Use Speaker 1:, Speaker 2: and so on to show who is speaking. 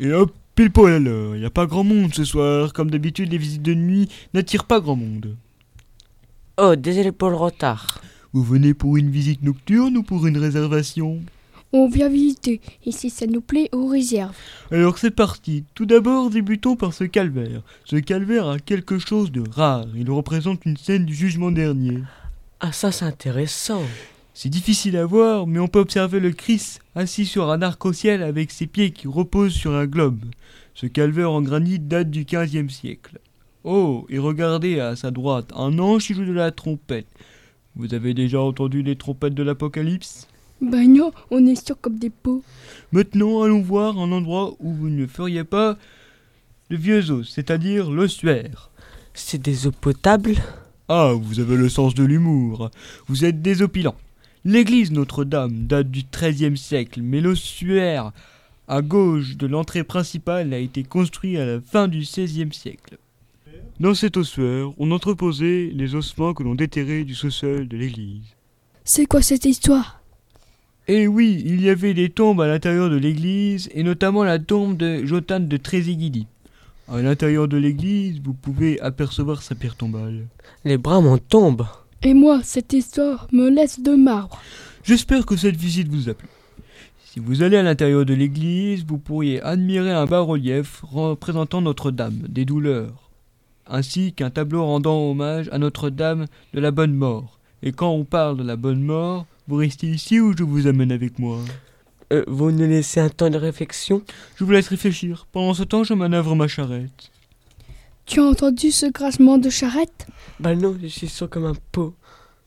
Speaker 1: Et hop, pile poil, il n'y a pas grand monde ce soir. Comme d'habitude, les visites de nuit n'attirent pas grand monde.
Speaker 2: Oh, désolé pour le retard.
Speaker 1: Vous venez pour une visite nocturne ou pour une réservation
Speaker 3: On vient visiter, et si ça nous plaît, on réserve.
Speaker 1: Alors c'est parti. Tout d'abord, débutons par ce calvaire. Ce calvaire a quelque chose de rare. Il représente une scène du jugement dernier.
Speaker 2: Ah, ça, c'est intéressant.
Speaker 1: C'est difficile à voir, mais on peut observer le Christ assis sur un arc-au-ciel avec ses pieds qui reposent sur un globe. Ce calvaire en granit date du XVe siècle. Oh, et regardez à sa droite, un ange qui joue de la trompette. Vous avez déjà entendu les trompettes de l'Apocalypse
Speaker 3: Bah non, on est sûr comme des pots.
Speaker 1: Maintenant, allons voir un endroit où vous ne feriez pas de vieux os, c'est-à-dire l'ossuaire.
Speaker 2: C'est des eaux potables
Speaker 1: Ah, vous avez le sens de l'humour. Vous êtes désopilant. L'église Notre-Dame date du XIIIe siècle, mais l'ossuaire à gauche de l'entrée principale a été construit à la fin du XVIe siècle. Dans cet ossuaire, on entreposait les ossements que l'on déterrait du sous-sol de l'église.
Speaker 3: C'est quoi cette histoire
Speaker 1: Eh oui, il y avait des tombes à l'intérieur de l'église, et notamment la tombe de Jotane de Trézéguidi. À l'intérieur de l'église, vous pouvez apercevoir sa pierre tombale.
Speaker 2: Les bras m'en tombent.
Speaker 3: Et moi, cette histoire me laisse de marbre.
Speaker 1: J'espère que cette visite vous a plu. Si vous allez à l'intérieur de l'église, vous pourriez admirer un bas-relief représentant Notre-Dame des douleurs, ainsi qu'un tableau rendant hommage à Notre-Dame de la Bonne Mort. Et quand on parle de la Bonne Mort, vous restez ici ou je vous amène avec moi
Speaker 2: Euh, vous nous laissez un temps de réflexion
Speaker 1: Je vous laisse réfléchir. Pendant ce temps, je manœuvre ma charrette.
Speaker 3: Tu as entendu ce grincement de charrette
Speaker 2: Bah non, je suis sûr comme un pot.